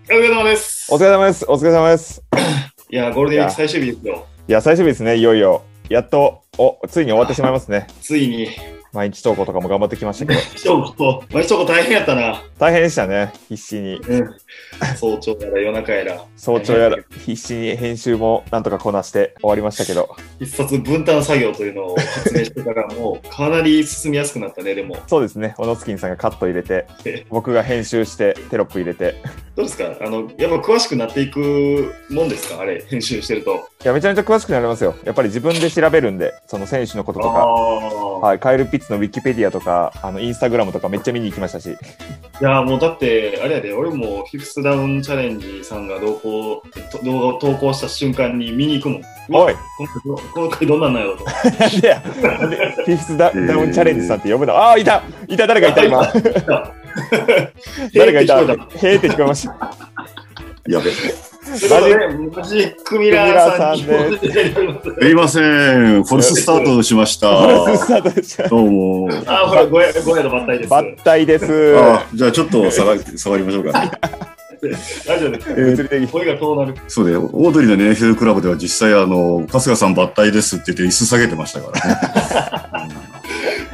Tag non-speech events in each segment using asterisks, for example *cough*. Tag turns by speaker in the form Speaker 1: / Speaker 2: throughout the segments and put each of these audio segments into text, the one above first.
Speaker 1: お疲れ様です。
Speaker 2: お疲れ様です。お疲れ様です。
Speaker 1: いや、ゴールデンウィーク最終日ですよ。
Speaker 2: いや、最終日ですね、いよいよ。やっと、お、ついに終わってしまいますね。 *laughs*
Speaker 1: ついに、
Speaker 2: 毎日投稿とかも頑張ってきました *laughs* けど、
Speaker 1: 一言、まあ、一言大変やったな。
Speaker 2: 大変でしたね。必死に。
Speaker 1: うん。早朝やら夜中やら、
Speaker 2: 早朝やら、必死に編集もなんとかこなして終わりましたけど。
Speaker 1: 一冊分担作業というのを発明してから、もうかなり進みやすくなったね、でも。
Speaker 2: そうですね、オノスキンさんがカット入れて、 *laughs* 僕が編集して、テロップ入れて。
Speaker 1: どうですかあの、やっぱ詳しくなっていくもんですかあれ、編集してると。
Speaker 2: いや、めちゃめちゃ詳しくなりますよ。やっぱり自分で調べるんで、その選手のこととか。
Speaker 1: ああ。
Speaker 2: はい、カイル・ピッツのウィキペディアとか、あの、インスタグラムとかめっちゃ見に行きましたし、
Speaker 1: いや、もうだって、あれやで、俺もフィフスダウンチャレンジさんが同行、と動画を投稿した瞬間に見に行くもん。
Speaker 2: おい
Speaker 1: 今回ど今回どんなんなんやろうと。
Speaker 2: なんでや、 *laughs* なんでフィフスダダウンチャレンジさんって呼ぶの、ああ、いたいた、誰かいた、今。 *laughs* 誰かいた。へーって聞こえました。
Speaker 3: や *laughs* べ。
Speaker 1: ということでマジックミラーさんに
Speaker 2: クミラーさん
Speaker 1: 出ております。
Speaker 3: すいません。フォルススタートしまし
Speaker 2: フォルス *laughs*
Speaker 3: た。
Speaker 2: スタートでした。
Speaker 3: どうも。
Speaker 1: あ、ほら、ごや、ごやのばったりです。
Speaker 2: バッタイです。
Speaker 3: あじゃあちょっと下が下がりましょうか。
Speaker 1: 大丈夫です。
Speaker 3: え
Speaker 2: 物理的。
Speaker 1: 声がどうなる。
Speaker 3: そうで、オードリーのね NFL クラブでは実際、あの、春日さん抜体ですって言って椅子下げてましたからね。
Speaker 2: *laughs*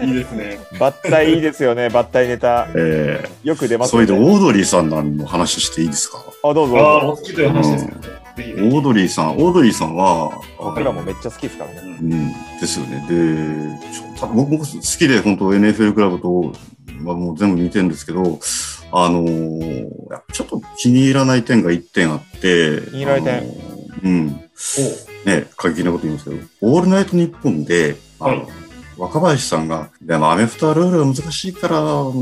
Speaker 1: いいですね。
Speaker 2: バッタイいいですよね、バッタイネタ。
Speaker 3: え
Speaker 2: よく出
Speaker 3: ー
Speaker 2: ます
Speaker 3: それ
Speaker 2: よ
Speaker 3: でオ
Speaker 2: ね。
Speaker 3: ードリーさんの話していいですか
Speaker 2: あ、どう
Speaker 1: あ
Speaker 2: ぞ。
Speaker 1: あ、お好きという話ですね。ぜひ
Speaker 3: オ
Speaker 1: ね。
Speaker 3: ードリーさん、オードリーさんは、
Speaker 2: 僕らもめっちゃ好きですからね。
Speaker 3: うん、ですよね。で、ちょ多分僕も好きで本当 NFL クラブと、まあ、もう全部見てるんですけど、あのーやっぱちょっと気に入らない点が1点あって、
Speaker 2: 気に入らない点
Speaker 3: あのーうん、ね、過激なこと言いますけど、オールナイトニッポンで、あ
Speaker 1: は
Speaker 3: の
Speaker 1: い
Speaker 3: 若林さんが、でもアメフトはルールが難しいから、もう、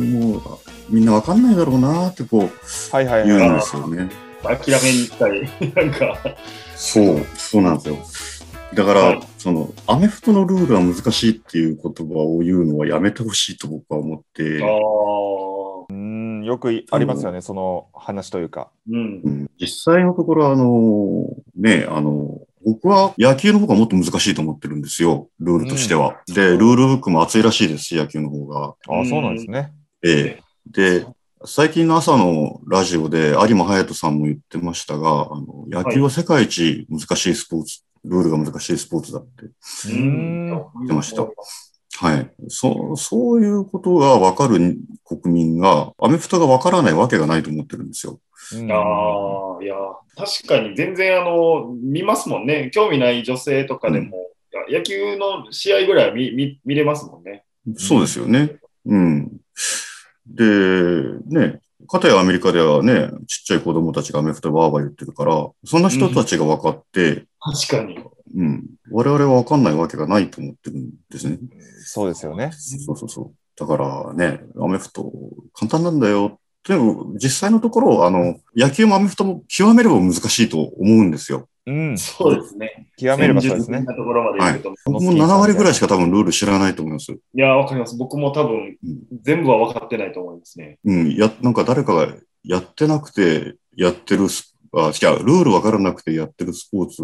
Speaker 3: みんなわかんないだろうなってこう、
Speaker 2: はいはい
Speaker 3: 言
Speaker 2: はい。
Speaker 3: うんですよね。
Speaker 1: おう、諦めに行ったり、なんか。
Speaker 3: そう、そうなんですよ。だから、
Speaker 1: はい
Speaker 3: その、アメフトのルールは難しいっていう言葉を言うのはやめてほしいと僕は思って、
Speaker 1: ああ。
Speaker 2: うん、よくありますよね、その話というか。
Speaker 1: うん
Speaker 3: う。ん実際のところ、あの、ね、あの、僕は野球の方がもっと難しいと思ってるんですよ、ルールとしては。で、ルールブックも厚いらしいですし、野球の方が。
Speaker 2: あ、そうなんですね。
Speaker 3: ええ。で、最近の朝のラジオで有馬隼人さんも言ってましたが、あの野球は世界一難しいスポーツ、ルールが難しいスポーツだって
Speaker 2: う。
Speaker 1: うん
Speaker 3: ってました。はい。そ、そういうことがわかる国民が、アメフトがわからないわけがないと思ってるんですよ。
Speaker 2: うん
Speaker 1: ああ、いや、確かに全然、あの、見ますもんね。興味ない女性とかでも。いや野球の試合ぐらいは見見見れますもんね。
Speaker 3: そうですよね。うん。で、ね、かたやアメリカではね、ちっちゃい子供たちがアメフトバーバー言ってるから、そんな人たちが分かって、
Speaker 1: 確かに。
Speaker 3: うん、我々は分かんないわけがないと思ってるんですね。
Speaker 2: そうですよね。
Speaker 3: そうそうそう。だからね、アメフト、簡単なんだよ。でも、実際のところ、あの、野球もアメフトも極めれば難しいと思うんですよ。
Speaker 2: うん。
Speaker 1: そうですね。
Speaker 2: 極めればそうですね
Speaker 1: 戦術的。なところまで行くと、
Speaker 3: 僕も7割ぐらいしか多分ルール知らないと思います。
Speaker 1: いや、わかります。僕も多分
Speaker 3: うん、
Speaker 1: 全部は分かってないと思いますね。
Speaker 3: うん、や、なんか誰かがやってなくてやってるス、あ、違う、ルールわからなくてやってるスポーツ、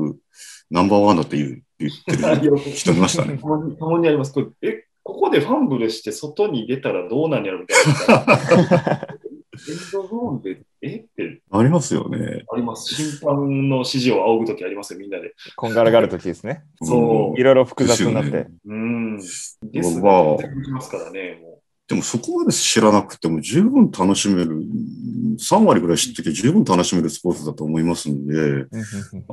Speaker 3: ナンバーワンだって言う、言って
Speaker 1: *laughs*
Speaker 3: る人いましたね。
Speaker 1: たまに、たまにあります。これ、え、ここでファンブルして外に出たらどうなんやろみたいな。エンドゾーンで、えって
Speaker 3: ありますよね。
Speaker 1: あります。審判の指示を仰ぐときありますよ、みんなで。
Speaker 2: こんがらがる時ですね。
Speaker 1: そ
Speaker 2: いろいろ複雑になっ
Speaker 3: です
Speaker 2: て
Speaker 3: よ。ね
Speaker 1: うん。です
Speaker 3: まあ
Speaker 1: ね。全部来ますからね、も
Speaker 3: でもそこまで知らなくても十分楽しめる、3割ぐらい知ってて十分楽しめるスポーツだと思いますんで、
Speaker 2: うんうんう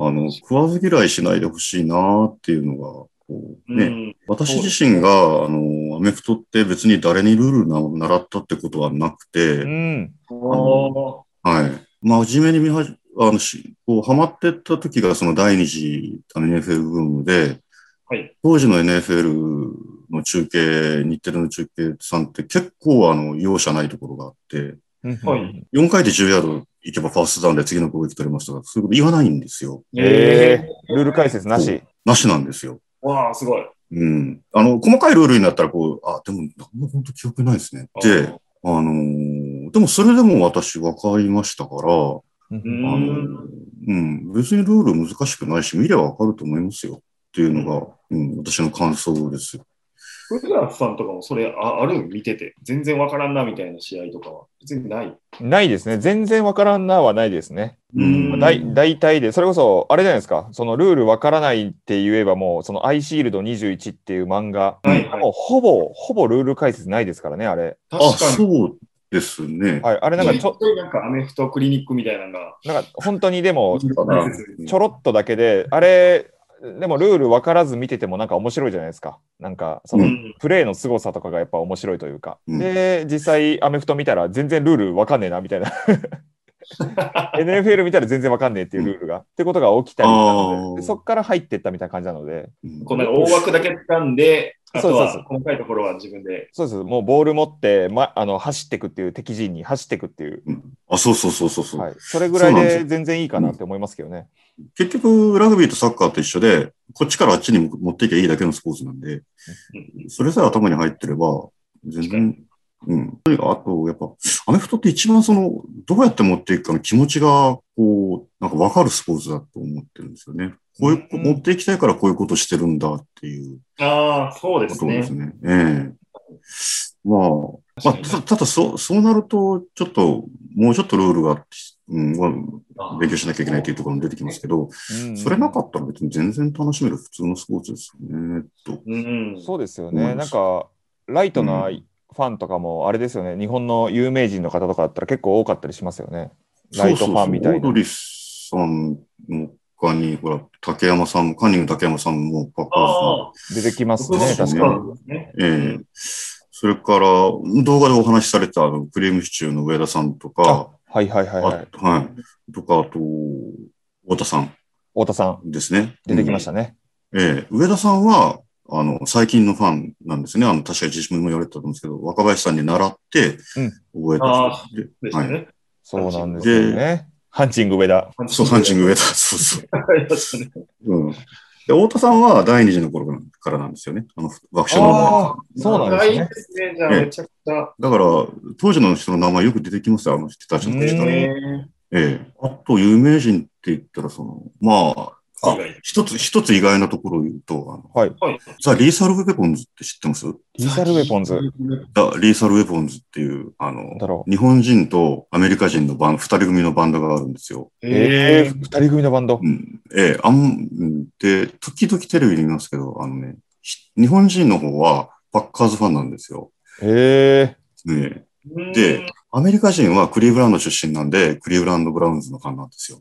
Speaker 2: ん
Speaker 3: あの、食わず嫌いしないでほしいなっていうのが、こ
Speaker 1: う。
Speaker 3: う、ね、
Speaker 1: うん
Speaker 3: 私自身が、あの、アメフトって別に誰にルールな習ったってことはなく
Speaker 2: う
Speaker 3: て、
Speaker 2: ん。
Speaker 1: あー
Speaker 3: はい。真面目に見はじ、あの、しこう、ハマってった時がその第二次あの NFL ブームで、
Speaker 1: はい。
Speaker 3: 当時の NFL の中継、日テレの中継さんって結構あの、容赦ないところがあって、
Speaker 2: うんうん
Speaker 1: はい
Speaker 3: 4回で10ヤード行けばファーストダウンで次の攻撃取れますとか、そういうこと言わないんですよ。
Speaker 2: え
Speaker 1: え
Speaker 2: ー、ルール解説なし。
Speaker 3: なしなんですよ。
Speaker 1: ー。わあ、すごい。
Speaker 3: うん。あの、細かいルールになったら、こう、あ、でも、なんも本当記憶ないですね。で、あのーでもそれでも私分かりましたから、あの
Speaker 2: うん
Speaker 1: う
Speaker 3: ー
Speaker 1: ん。
Speaker 3: うん、別にルール難しくないし、見れば分かると思いますよっていうのが、うん、私の感想です。
Speaker 1: 古田さんとかもそれあある見てて、全然わからんなみたいな試合とかは、別にない。
Speaker 2: ないですね。全然わからんなはないですね。
Speaker 3: うん
Speaker 2: まあ大大体で、それこそ、あれじゃないですか、そのルールわからないって言えば、もう、そのアイシールド21っていう漫画、
Speaker 1: はいはい。
Speaker 2: もうほぼ、ほぼルール解説ないですからね、あれ。
Speaker 3: あ、
Speaker 1: 確かに。
Speaker 3: そうですね。
Speaker 2: はい、あれなん
Speaker 1: な
Speaker 2: か
Speaker 1: ん
Speaker 2: ちょ、
Speaker 1: か、なんかアメフトクリニックみたいなのが。
Speaker 2: なんか本当にでも、
Speaker 3: だから
Speaker 2: ちょろっとだけで、あれ、でもルール分からず見ててもなんか面白いじゃないですか。なんか、そうの、
Speaker 1: ん
Speaker 2: プレーの凄さとかがやっぱ面白いというか。
Speaker 3: うん
Speaker 2: で、実際アメフト見たら全然ルール分かんねえな、みたい
Speaker 3: *laughs*
Speaker 2: な。NFL 見たら全然分かんねえっていうルールが。ってことが起きたりしたの
Speaker 3: あー
Speaker 2: でで、そっから入ってったみたいな感じなので、
Speaker 3: うん
Speaker 1: こうなんか大枠だけ掴んで、あと
Speaker 2: そうそう
Speaker 1: は
Speaker 2: そ
Speaker 1: 細かいところは自分で。
Speaker 2: そうです。もうボール持って、ま、あの走ってくっていう、敵陣に走ってくっていう、
Speaker 3: あ、そうそうそうそうそう、
Speaker 2: はい、それぐらい
Speaker 3: そうなんです
Speaker 2: で
Speaker 3: よ
Speaker 2: 全然いいかなって思いますけどね。
Speaker 3: 結局、ラグビーとサッカーと一緒で、こっちからあっちに持っていけばいいだけのスポーツなんで、それさえ頭に入ってれば、全然、うん。とにかくあと、やっぱ、アメフトって一番その、どうやって持っていくかの気持ちが、こう、なんかわかるスポーツだと思ってるんですよね。こういう、
Speaker 1: うん
Speaker 3: 持っていきたいからこういうことしてるんだっていう
Speaker 1: ああ、そうで
Speaker 3: こ
Speaker 1: す
Speaker 3: とで
Speaker 1: ね
Speaker 3: す。ね。ええまあ、まあ、
Speaker 1: 確か
Speaker 3: たただそう、そうなると、ちょっと、もうちょっとルールが、うん、
Speaker 1: に
Speaker 3: 勉強しなきゃいけないというところも出てきますけど、
Speaker 2: うん
Speaker 3: それなかったら別に全然楽しめる普通のスポーツですよね、と。
Speaker 1: うん。
Speaker 2: そうですよ
Speaker 3: 思
Speaker 2: ね。
Speaker 3: い
Speaker 2: なん
Speaker 3: ます
Speaker 2: か、ライトな
Speaker 3: う
Speaker 2: ファンとかも、あれですよね、日本の有名人の方とかだったら結構多かったりしますよね。ライトファンみたいな
Speaker 3: そうそうそうオードリーさんの他に、ほら、竹山さんも、カンニング竹山さんも、パッカー
Speaker 1: ああ、
Speaker 2: 出てきます
Speaker 1: 僕も
Speaker 2: ね、
Speaker 1: そう
Speaker 2: 確
Speaker 1: な
Speaker 2: かに。
Speaker 1: んですね。
Speaker 3: ズさん。ええそれから、動画でお話しされてた、あの、クリームシチューの上田さんと
Speaker 2: あ
Speaker 3: か、、
Speaker 2: はいはいは
Speaker 3: あ
Speaker 2: い、はい。
Speaker 3: はい。とか、あと、太田さん
Speaker 2: 太田さん、
Speaker 3: ですね。
Speaker 2: 出てきましたね。
Speaker 3: ええ、上田さんは、あの、最近のファンなんですね。あの、確か自分も言われてたと思うんですけど、若林さんに習って、覚えた
Speaker 1: あ
Speaker 3: 人で、
Speaker 1: でしたね。
Speaker 2: そうなんですよね。ハンチング上田。
Speaker 3: そう、ハンチン
Speaker 1: グ。
Speaker 3: グ上田。そうそう。
Speaker 1: 確かに
Speaker 3: うん。で、太田さんは第二次の頃からなんですよね。あの、学者
Speaker 2: ああ
Speaker 3: の。、
Speaker 2: そうなんです
Speaker 1: 長い
Speaker 2: ね。
Speaker 1: ですね。じゃあ、
Speaker 3: ええ
Speaker 1: めちゃくちゃ。
Speaker 3: だから、当時の人の名前よく出てきますよ、あの人たちの
Speaker 2: え
Speaker 3: 時
Speaker 2: え
Speaker 3: から。え
Speaker 1: え
Speaker 3: え。あと、有名人って言ったら、その、まあ、あ
Speaker 1: 海外
Speaker 3: 一つ、一つ意外なところを言うと、あの
Speaker 2: はい。
Speaker 1: はい。
Speaker 3: ザ・リーサル・ウェポンズって知ってます
Speaker 2: リーサルウェポンズ。
Speaker 3: ザ・リーサル・ウェポンズっていう、あの
Speaker 2: なん、だろう。
Speaker 3: 日本人とアメリカ人のバン、二人組のバンドがあるんですよ。
Speaker 2: ええ
Speaker 1: え
Speaker 2: 二人組のバンド
Speaker 3: う。ん。ええ、あん、うんで、時々テレビで見ますけど、あのね、ひ日本人の方はパッカーズファンなんですよ。
Speaker 2: ええ
Speaker 3: ねえ
Speaker 1: ー
Speaker 3: で、アメリカ人はクリーブランド出身なんで、クリーブランド・ブラウンズのファンなんですよ。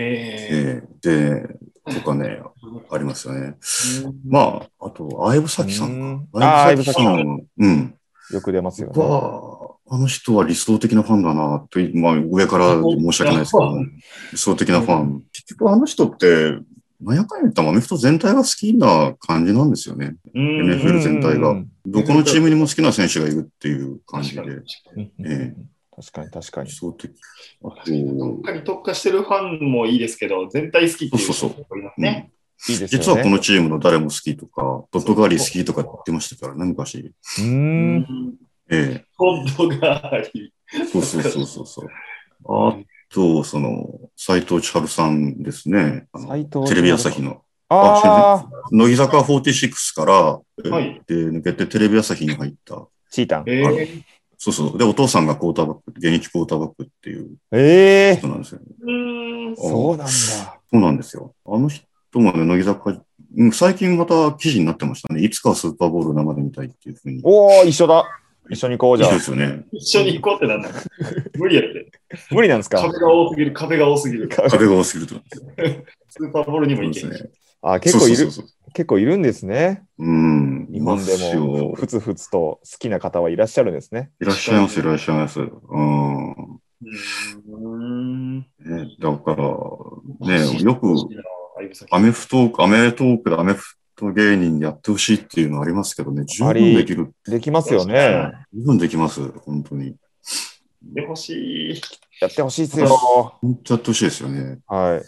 Speaker 1: え
Speaker 3: ええで、とかね、ありますよね。
Speaker 1: ー
Speaker 3: まあ、あと、相武咲さん
Speaker 2: うん
Speaker 3: か。
Speaker 2: あー
Speaker 3: は
Speaker 2: 相
Speaker 3: うん。
Speaker 2: よく出ますよ
Speaker 3: 僕
Speaker 2: ね。
Speaker 3: は、あの人は理想的なファンだな、と、まあ、上から申し訳ないですけども、理想的なファン。結局あの人って、何やかんや言ったらアメフト全体が好きな感じなんですよね。
Speaker 1: うん
Speaker 3: NFL 全体が
Speaker 2: うん
Speaker 3: どこのチームにも好きな選手がいるっていう感じで、
Speaker 1: 確かに
Speaker 3: 理
Speaker 1: 確かに
Speaker 2: うんうんうん
Speaker 3: え
Speaker 2: 確かに確かに。
Speaker 3: 想的。あと、
Speaker 1: どっかに特化してるファンもいいですけど、全体好きっていう
Speaker 3: そうそう
Speaker 1: 人もいますね。
Speaker 2: いいですよね。
Speaker 3: 実はこのチームの誰も好きとか、ドットガーリー好きとか言ってましたからね、昔。
Speaker 2: う。
Speaker 1: うんん
Speaker 3: え
Speaker 1: 本当があり。
Speaker 3: えそうそうそうそうそう。あと、その、斎藤千春さんですね。あの
Speaker 2: 斉藤
Speaker 3: テレビ朝日の。
Speaker 2: ああ、
Speaker 3: 乃木坂46から、
Speaker 1: はい
Speaker 3: で抜けてテレビ朝日に入った。
Speaker 2: チータン。
Speaker 1: えー
Speaker 3: そうそう。で、お父さんがクォーターバック、現役クォーターバックっていう
Speaker 2: ええ
Speaker 3: 人なんですよね。
Speaker 1: うん
Speaker 2: そうなんだ。
Speaker 3: そうなんですよ。あの人もね、乃木坂、うん最近また記事になってましたね。いつかはスーパーボール生で見たいっていうふうに。
Speaker 2: おお、一緒だ。一緒に行こうじゃ
Speaker 3: いい
Speaker 2: ん
Speaker 3: で。すよね。
Speaker 1: 一緒に行こうってなんだ。無理やって。
Speaker 2: 無理なんですか
Speaker 1: 壁が多すぎる、壁が多すぎる。
Speaker 3: 壁が多すぎると。
Speaker 2: *laughs*
Speaker 1: スーパーボールにも
Speaker 3: そう
Speaker 1: 行
Speaker 3: で
Speaker 1: け
Speaker 3: す
Speaker 1: な
Speaker 3: ね
Speaker 1: い。。
Speaker 2: あ結構い
Speaker 3: そう
Speaker 2: る、
Speaker 3: そうそう
Speaker 2: 結構いるんですね。
Speaker 3: そううん。
Speaker 2: 日本で
Speaker 3: います
Speaker 2: も、
Speaker 3: よ
Speaker 2: ふつふつと好きな方はいらっしゃるんですね。
Speaker 3: いらっしゃいます、いらっしゃいます。うん。
Speaker 1: うん。
Speaker 3: ね、だから、ね、よく、アメフトーク、アメトークでアメフト芸人やってほしいっていうのありますけどね、十
Speaker 2: あ
Speaker 3: 分
Speaker 2: り
Speaker 3: できる。
Speaker 2: できますよね
Speaker 1: え。
Speaker 3: 十分できます、本当に。
Speaker 1: でほしい。
Speaker 2: やってほしいですよ。
Speaker 3: 本当やってほしいですよね。
Speaker 2: は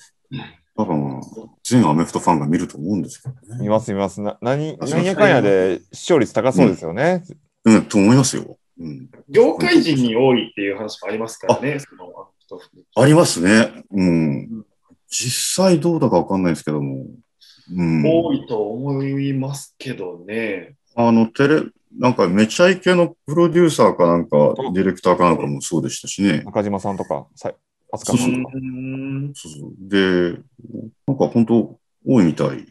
Speaker 3: 多分、全アメフトファンが見ると思うんですけど
Speaker 2: い。見
Speaker 3: ね。
Speaker 2: ます見ます。な、何、
Speaker 3: あ
Speaker 2: なんやかんやで視聴率高そうですよね。
Speaker 3: うん、と思いますよ。うん。
Speaker 1: 業界人に多いっていう話もありますからね。そのあの人
Speaker 3: ありますね。うん
Speaker 1: うん。
Speaker 3: 実際どうだかわかんないですけども。うん。
Speaker 1: 多いと思いますけどね。
Speaker 3: あの、テレ、なんか、めちゃイケのプロデューサーかなんか、ディレクターかなんかもそうでしたしね。
Speaker 2: 中島さんとか、さい飛
Speaker 3: そ
Speaker 2: 鳥
Speaker 3: うそ
Speaker 2: さ
Speaker 3: うん
Speaker 2: と
Speaker 1: ん。
Speaker 2: か。
Speaker 3: そうそうで、なんか本当多いみたい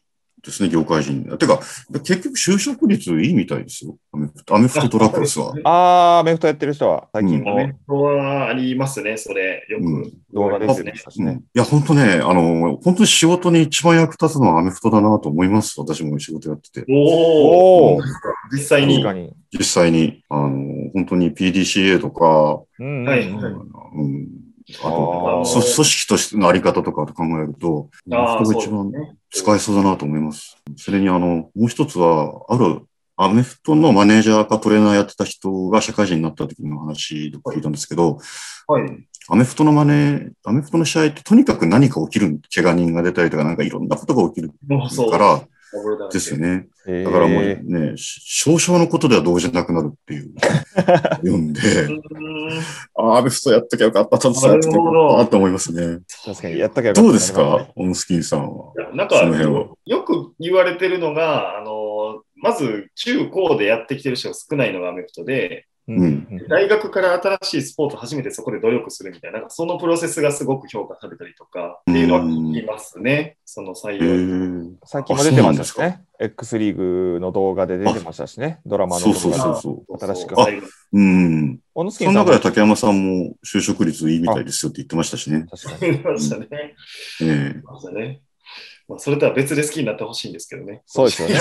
Speaker 3: ですね、業界人。てか、結局就職率いいみたいですよ。アメフトアメフトトラックスは。
Speaker 2: あー、アメフトやってる人は、最近
Speaker 1: コ
Speaker 2: も
Speaker 1: メントはありますね、それ。よ
Speaker 3: う
Speaker 1: く
Speaker 3: ん。
Speaker 2: 動画出て
Speaker 1: ね
Speaker 2: ま。したし
Speaker 3: うん、
Speaker 2: ね
Speaker 3: い。や、本当ね、あの、本当に仕事に一番役立つのはアメフトだなと思います。私も仕事やってて。
Speaker 1: おお
Speaker 2: おー、
Speaker 1: 実際
Speaker 2: 確
Speaker 1: に。
Speaker 2: かに。
Speaker 3: 実際に、あの、本当に PDCA とか、
Speaker 2: うんうんうん。
Speaker 1: はいはい
Speaker 3: うん、あ
Speaker 2: あ
Speaker 3: と
Speaker 2: ー
Speaker 3: そ組織としてのあり方とかと考えると、
Speaker 1: あ
Speaker 3: ア
Speaker 1: あ、
Speaker 3: メフ
Speaker 1: そ
Speaker 3: ト
Speaker 1: うで
Speaker 3: が一
Speaker 1: す
Speaker 3: 番
Speaker 1: ね。
Speaker 3: 使えそうだなと思います。それにあの、もう一つは、あるアメフトのマネージャーかトレーナーやってた人が社会人になった時の話とか聞いたんですけど、
Speaker 1: はい。
Speaker 3: アメフトのマネー、アメフトの試合ってとにかく何か起きる、怪我人が出たりとかなんかいろんなことが起きる
Speaker 1: もうそう。
Speaker 3: から
Speaker 1: ダブルダウン
Speaker 3: ですよね。
Speaker 2: えー
Speaker 3: だからもうね、し少々のことではどうじゃなくなるっていう、読
Speaker 2: *laughs*
Speaker 3: んで、
Speaker 1: うーん
Speaker 3: ああ、アメフトやっときゃよかった、ちゃんとされて
Speaker 1: なるほど
Speaker 3: あと思いますね。
Speaker 2: 確かに、 *laughs* やったけばよかった
Speaker 3: どうですか、オンスキンさんは。
Speaker 1: いやなん
Speaker 3: その辺は
Speaker 1: か、よく言われてるのが、あの、まず中高でやってきてる人が少ないのがアメフトで、
Speaker 2: うん
Speaker 3: う
Speaker 1: 大学から新しいスポーツを始めてそこで努力するみたいな、なんかそのプロセスがすごく評価されたりとかっていうのは聞きますね、その採
Speaker 3: へ
Speaker 1: 用。
Speaker 3: ー
Speaker 2: 最近も出てましたしね。X リーグの動画で出てましたしね。ドラマの
Speaker 3: そ
Speaker 2: 動
Speaker 3: うそう
Speaker 2: 画
Speaker 3: そ
Speaker 2: で。
Speaker 3: うそう。
Speaker 2: 新しく
Speaker 1: そうそう
Speaker 3: うん。
Speaker 2: オノス
Speaker 3: そ
Speaker 2: キン
Speaker 3: の
Speaker 2: さん
Speaker 3: 中
Speaker 2: も
Speaker 3: で竹山さんも就職率いいみたいですよって言ってましたしね。
Speaker 2: 確かに。
Speaker 1: 言いましたね。言い
Speaker 3: ええ
Speaker 1: ましたねまあ、それとは別で好きになってほしいんですけどね。
Speaker 2: そうで
Speaker 3: *laughs*
Speaker 2: すよね。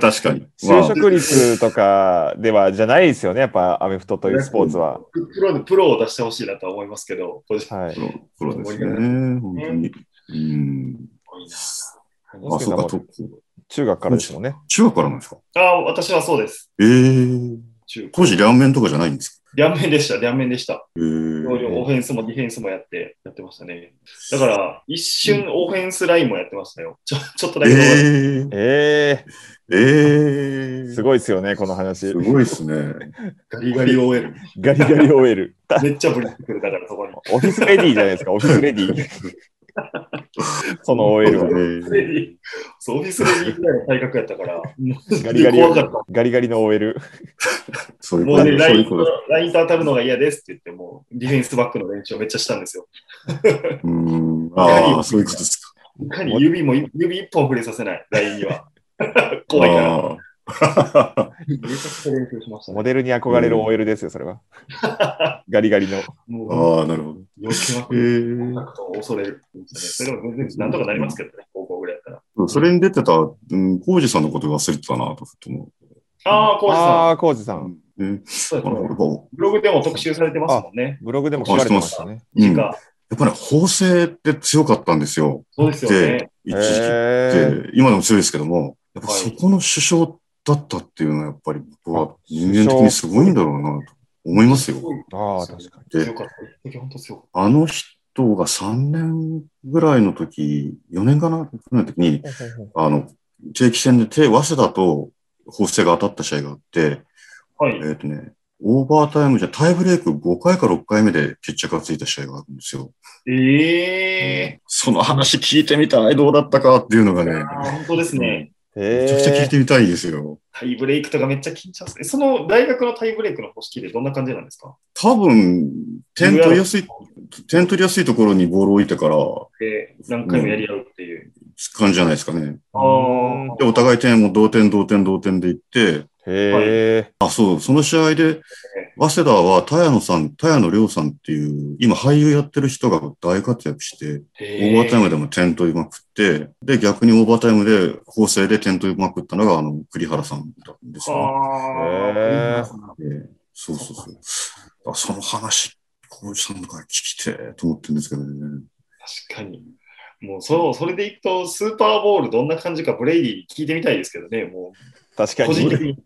Speaker 3: 確かに。
Speaker 2: 就職率とかではじゃないですよね、やっぱアメフトというスポーツは。
Speaker 1: プロでプロを出してほしいなとは思いますけど、個人的
Speaker 2: はい。
Speaker 3: まあ、プロプロですね。本当に。うん。
Speaker 1: に
Speaker 2: オノ
Speaker 3: あ、
Speaker 2: スキン
Speaker 3: そ
Speaker 2: さ
Speaker 3: うんか、
Speaker 2: も
Speaker 3: と
Speaker 2: 中学からですもんね。
Speaker 3: 中学からなんですか
Speaker 1: なあ、私はそうです。
Speaker 3: ええ。
Speaker 1: 中
Speaker 3: 当時、両面とかじゃないんですか
Speaker 1: 両面でした、両面でした。
Speaker 3: ええ。
Speaker 1: 同僚オフェンスもディフェンスもやって、やってましたね。だから、一瞬オフェンスラインもやってましたよ。ちょちょっとだけ動画で。
Speaker 3: えー、
Speaker 2: え
Speaker 3: えー、
Speaker 2: ー、すごいですよね、この話
Speaker 3: す。ごいですね。
Speaker 1: ガリガリ OL。
Speaker 2: ガリガリ OL。
Speaker 1: めっちゃブリってくる、だからそこに。
Speaker 2: オフィスレディーじゃないですか、オフィスレディー。その OL は。
Speaker 1: そう、オフィスレディーぐらいの体格やったから、
Speaker 2: ガリガリ
Speaker 1: 怖かった。
Speaker 2: ガリガリの OL。
Speaker 3: そういう
Speaker 1: も
Speaker 3: こと
Speaker 1: うね、
Speaker 3: で
Speaker 1: ラ
Speaker 3: そうい
Speaker 1: イン
Speaker 3: うこと
Speaker 1: とラインと当たるのが嫌ですって言って、もうディフェンスバックの練習をめっちゃしたんですよ。
Speaker 3: うーん。ああ、そういうことですか。
Speaker 1: いかに指も、指一本触れさせない、ラインには。 *laughs* 怖いから。
Speaker 3: あ
Speaker 1: めちゃくちゃ練習しました
Speaker 2: モ
Speaker 1: ね。
Speaker 2: デルに憧れる OL ですよ、それは。ガリガリの。
Speaker 3: ー
Speaker 1: もう、
Speaker 3: あー、なるほど。
Speaker 1: 余計な
Speaker 3: え
Speaker 1: く
Speaker 3: ー、
Speaker 1: 恐れる。それでも全然なんとかなりますけどね、高校ぐらいだったら。
Speaker 3: それに出てた、うん、浩二さんのこと忘れてたなとふと思
Speaker 1: ああ、浩二
Speaker 2: あ
Speaker 1: さ
Speaker 2: あ、コウジさ
Speaker 3: う。
Speaker 2: ん。
Speaker 3: え
Speaker 1: ん。
Speaker 3: あのやっぱ、う
Speaker 1: ブログでも特集されてますもんね。
Speaker 2: ブログでも書かれてましたね。
Speaker 3: ん、
Speaker 1: 時
Speaker 3: や
Speaker 1: 間。
Speaker 3: っぱり法政って強かったんですよ。
Speaker 1: そうですよね
Speaker 3: で。、一時期って、
Speaker 2: え
Speaker 3: 今でも強いですけども、やっぱ
Speaker 1: はい
Speaker 3: そこの首相だったっていうのは、やっぱり僕は人間的にすごいんだろうなと思いますよ。
Speaker 2: ー、ああ、確かに。
Speaker 1: 強かった。一時本当強かっ
Speaker 3: あの人が3年ぐらいの時、4年かなぐらいの時に、あの、定期戦で手、早稲田と法政が当たった試合があって、
Speaker 1: た。は
Speaker 3: えっ、
Speaker 1: い。
Speaker 3: とね、オーバータイムじゃタイブレーク5回か6回目で決着がついた試合があるんですよ。
Speaker 1: ええ
Speaker 3: その話聞いてみたい、どうだったかっていうのがね
Speaker 1: ー。、ああ、本当ですね。
Speaker 2: え
Speaker 3: めちゃくちゃ聞いてみたいですよ。
Speaker 1: タイブレイクとかめっちゃ緊張する。その大学のタイブレイクの方式でどんな感じなんですか
Speaker 3: 多分、点取りやすい、点取りやすいところにボールを置いてから、
Speaker 1: で、何回もやり合うっていう。
Speaker 3: 感じじゃないですかね。
Speaker 1: ああ。
Speaker 3: で、お互い点も同点、同点、同点でいって、
Speaker 2: へえ。
Speaker 3: あ、そう、その試合で、早稲田は、田谷野さん、田谷野亮さんっていう、今俳優やってる人が大活躍して、オーバータイムでも点取りまくって、で、逆にオーバータイムで、法政で点取りまくったのが、あの、栗原さんだったんですよ、
Speaker 1: あ
Speaker 2: へ
Speaker 1: あ。
Speaker 3: ね。でそうそうそう。だからその話、浩二さんとから聞きてえと思ってるんですけどね。
Speaker 1: 確かに。もうそう、それでいくと、スーパーボールどんな感じかブレイディに聞いてみたいですけどね、も
Speaker 2: 確
Speaker 1: う、
Speaker 2: か
Speaker 1: 個人的
Speaker 2: に。
Speaker 1: に。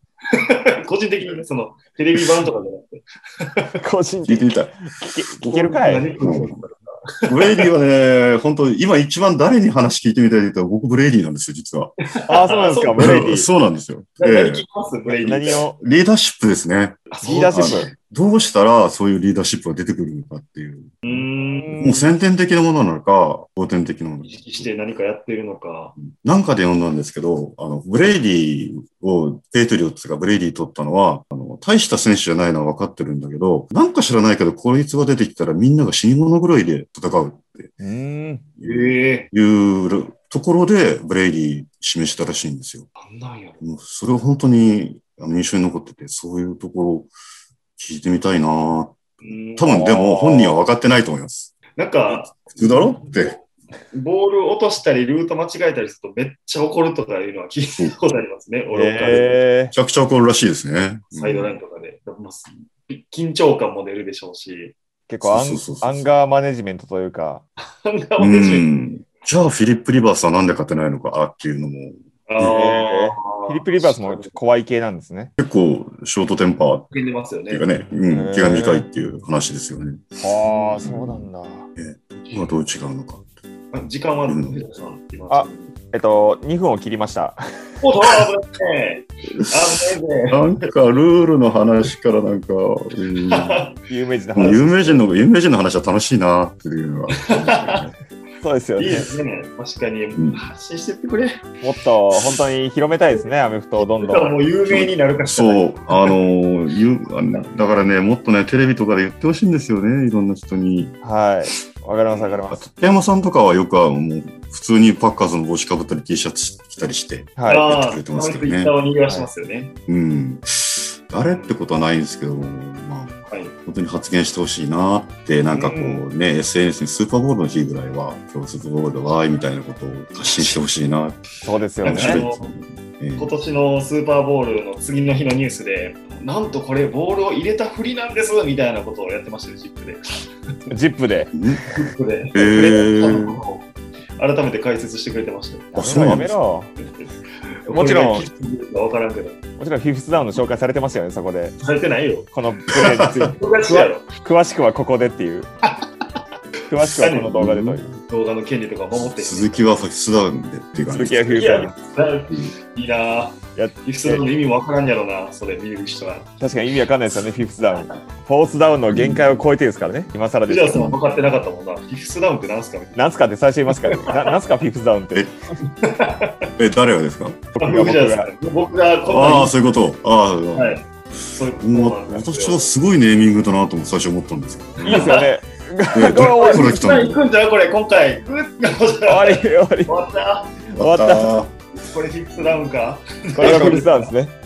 Speaker 1: 個人的にね、その、テレビ版とかじゃなくて。
Speaker 2: 個人
Speaker 3: 聞
Speaker 2: 的
Speaker 3: いて
Speaker 2: に
Speaker 3: みたい。
Speaker 2: 聞け聞けるかい
Speaker 3: ブレイディはね、本当今一番誰に話聞いてみたいって言ったら、僕ブレイディなんですよ、実は。
Speaker 2: ああ、そうなんですか、ブレイディ。
Speaker 3: そうなんですよ。
Speaker 1: 何
Speaker 3: ええ
Speaker 1: 聞きますブレイディ。
Speaker 2: 何を、
Speaker 3: リーダーシップですね。
Speaker 2: リーダーシップ。
Speaker 3: どうしたらそういうリーダーシップが出てくるのかっていう。
Speaker 1: うーん。
Speaker 3: もう先天的なものなのか、後天的なものなの
Speaker 1: 意
Speaker 3: か。
Speaker 1: 識して何かやってるのか。
Speaker 3: なんかで読んだんですけど、あの、ブレイディを、ペイトリオッツがブレイディ取ったのは、あの、大した選手じゃないのは分かってるんだけど、なんか知らないけど、こいつが出てきたらみんなが死に物狂いで戦うって
Speaker 2: うーん。
Speaker 1: ええ
Speaker 3: いうところで、ブレイディ示したらしいんですよ。
Speaker 1: ー。なんなんやろ。
Speaker 3: もうそれは本当にあの印象に残ってて、そういうところを聞いてみたいな多
Speaker 1: うん
Speaker 3: 分でも本人は分かってないと思います。
Speaker 1: なんか、
Speaker 3: 普通だろって。
Speaker 1: ボール落としたり、ルート間違えたりするとめっちゃ怒るとかいうのは聞いたことありますね。俺は
Speaker 2: え
Speaker 3: めちゃくちゃ怒るらしいですね。
Speaker 1: サイドラインとかで。まあ緊張感も出るでしょうし。
Speaker 2: 結構アン
Speaker 3: そうそうそうそう
Speaker 2: アンガーマネジメントというか、
Speaker 1: なんか
Speaker 3: う
Speaker 1: 同じ。
Speaker 3: ん。じゃあフィリップ・リバースはなんで勝てないのかあっていうのも、
Speaker 1: あー
Speaker 2: フィリップ・リバースも怖い系なんですね。
Speaker 3: 結構ショートテンパーっ
Speaker 1: 組んでますよ
Speaker 3: て
Speaker 1: ね
Speaker 3: いうか。ね、
Speaker 2: へ
Speaker 3: う
Speaker 2: ー
Speaker 3: ん、気が短いっていう話ですよね。
Speaker 2: ああ、そうなんだ。
Speaker 3: まあどう違うのか。
Speaker 1: あ時間はあるの藤田さん今
Speaker 2: あえっと、2分を切りました。 *laughs*
Speaker 1: おっと、危ないね。危ないね。
Speaker 3: なんかルールの話からなんか、うん
Speaker 2: *laughs* 有名人の話。
Speaker 3: 有名人の、有名人の話は楽しいなっていうのは。
Speaker 2: そうですよ
Speaker 1: いいで
Speaker 2: ね。
Speaker 1: すね。確か
Speaker 3: うん
Speaker 1: に、発信してってくれ。
Speaker 2: もっと本当に広めたいですね、アメフトをどん
Speaker 1: だ
Speaker 2: ど
Speaker 1: から
Speaker 2: ん。
Speaker 1: もう有名になるかしらない。
Speaker 3: そう、あのゆあのだからね、もっとね、テレビとかで言ってほしいんですよね、いろんな人に。
Speaker 2: はい。わかります、わかります。
Speaker 3: 竹山さんとかはよくはもう、普通にパッカーズの帽子かぶったり、T シャツ着たりして、
Speaker 2: はい。
Speaker 1: ああ、
Speaker 3: やってくれて
Speaker 1: あ
Speaker 3: ま
Speaker 1: の
Speaker 3: すけどね
Speaker 1: ツイッターを賑わしますよね。
Speaker 3: うん、誰ってことはないんですけど、まあ、
Speaker 1: はい。
Speaker 3: 本当に発言してほしいなって、なんかこうね、SNS にスーパーボールの日ぐらいは、今日スーパーボールだわーいみたいなことを発信してほしいなって、
Speaker 2: そうですよ
Speaker 1: なん
Speaker 3: 面
Speaker 1: かあ
Speaker 3: 白い
Speaker 2: ね。
Speaker 1: の
Speaker 3: ええ
Speaker 1: 今年のスーパーボールの次の日のニュースで、なんとこれ、ボールを入れたふりなんですみたいなことをやってましたよ、ジップで。
Speaker 2: ジップで。
Speaker 1: ジップで
Speaker 3: えー
Speaker 1: 改めて解説してくれてましたよ。
Speaker 3: あそうな
Speaker 2: や
Speaker 3: ん
Speaker 2: め
Speaker 3: です
Speaker 2: ろ。もちろん
Speaker 1: これが分からんけど、
Speaker 2: もちろん、フィフスダウンの紹介されてますよね、そこで。
Speaker 1: されてないよ。
Speaker 2: このプレーについ
Speaker 1: *laughs*
Speaker 2: て。
Speaker 1: おかしいやろ。
Speaker 2: 詳しくはここでっていう。詳しくはこの動画でという。
Speaker 1: 動画の権利とか守ってる。
Speaker 3: 鈴木はフィスダウンでっていう感
Speaker 2: 鈴
Speaker 3: じ
Speaker 2: 木はフィフ
Speaker 1: い
Speaker 2: スダウン
Speaker 1: や。、いいなぁ。
Speaker 2: や
Speaker 1: リフトの意味わからんやろな、それ見る人は。
Speaker 2: 確かに意味わかんないですよね、フィフスダウン。フォースダウンの限界を超えてですからね、今更で
Speaker 1: 藤田
Speaker 2: す
Speaker 1: さ
Speaker 2: け
Speaker 1: んは
Speaker 2: ど。
Speaker 1: 分かってなかったもんな。リフトダウンってなんすかみたい
Speaker 2: なんすかって最初言いますからね。ななんすか、フィフスダウンって。
Speaker 3: え、誰がですか
Speaker 1: な。
Speaker 2: 僕が、僕
Speaker 1: 藤田さ
Speaker 2: が。
Speaker 1: ん、僕がこん
Speaker 3: ああ、
Speaker 1: な
Speaker 3: そういうこと。ああ、
Speaker 1: に、はい。そういうこと
Speaker 3: うん
Speaker 1: なんです
Speaker 3: 私
Speaker 1: よ
Speaker 3: は。すごいネーミングだなとも最初思ったんですよ。
Speaker 2: いいですよ *laughs* ね。
Speaker 3: ね
Speaker 2: これ
Speaker 1: おい、
Speaker 2: 終わ
Speaker 3: こ
Speaker 2: り
Speaker 3: の
Speaker 1: 藤
Speaker 3: 人。
Speaker 1: 田行くんじゃんこれ、今回。グッ
Speaker 2: 終わり、終わ
Speaker 1: *laughs*
Speaker 2: り。
Speaker 1: 終わった。
Speaker 2: 終わった
Speaker 1: これ、リフトダウンか。
Speaker 2: これがフィフスダウンですね。